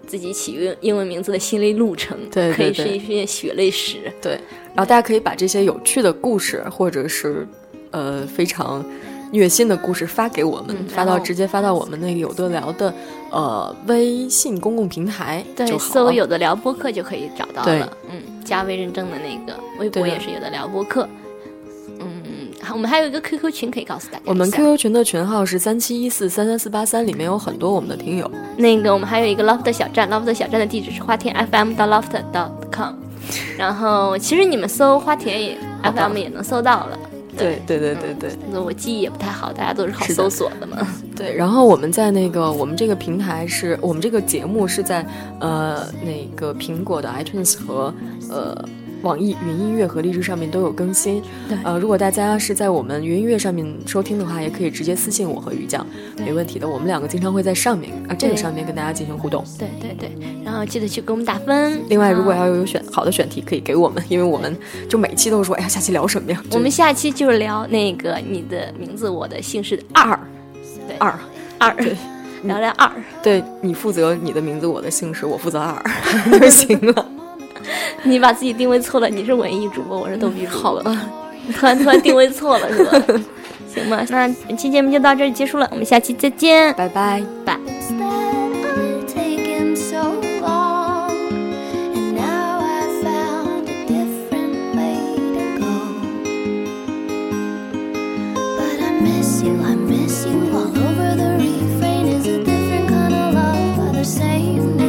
B: 自己起英英文名字的心理路程，
C: 对对
B: 可以
C: 对
B: 是一些血泪史。
C: 对，然后大家可以把这些有趣的故事，或者是呃非常虐心的故事发给我们，
B: 嗯
C: 发到
B: 然后
C: 直接发到我们那个有的聊的呃微信公共平台
B: 对，
C: 就好
B: 搜
C: 了
B: 有的聊播客就可以找到
C: 对
B: 了。嗯，加微认证的那个，微博
C: 对的啊
B: 也是有的聊播客。嗯，好我们还有一个 QQ 群可以告诉大家一下。
C: 我们 QQ 群的群号是三七一四三三四八三，里面有很多我们的听友。
B: 那个我们还有一个 Loft 小站，Loft 小站的地址是花田 FM 到 Loft com，然后其实你们搜花田也 FM 也能搜到了。
C: 对对对对对
B: 那我记忆也不太好，大家都是靠
C: 是的
B: 搜索的
C: [LAUGHS]
B: 嘛。
C: 对，然后我们在那个我们这个平台是我们这个节目是在呃那个苹果的 iTunes 和呃网易云音乐和荔枝上面都有更新。
B: 对
C: 呃，如果大家是在我们云音乐上面收听的话，也可以直接私信我和于酱，没问题的。我们两个经常会在上面啊这个
B: 对
C: 上面跟大家进行互动。
B: 对对对，然后记得去给我们打分。
C: 另外，如果
B: 啊
C: 要有选好的选题，可以给我们，因为我们就每期都说，哎呀，下期聊什么呀？
B: 我们下期就是聊那个你的名字，我的姓氏二对
C: 二，
B: 二，聊聊二。
C: 对你负责你的名字，我的姓氏，我负
B: [LAUGHS]
C: 责二就行了。
B: 你把自己定位错了，你是文艺主播，我是逗比主播。好吧，突然突然定位错了是 [LAUGHS] 吧？行吧，那本期节目就到这儿结束了，我们下期再见，
C: 拜拜。
B: 拜。
F: It's that I've taken so long, and now I found a different way to go. But I miss you, I miss you all over the refrain. Is a different kind of love by the same name.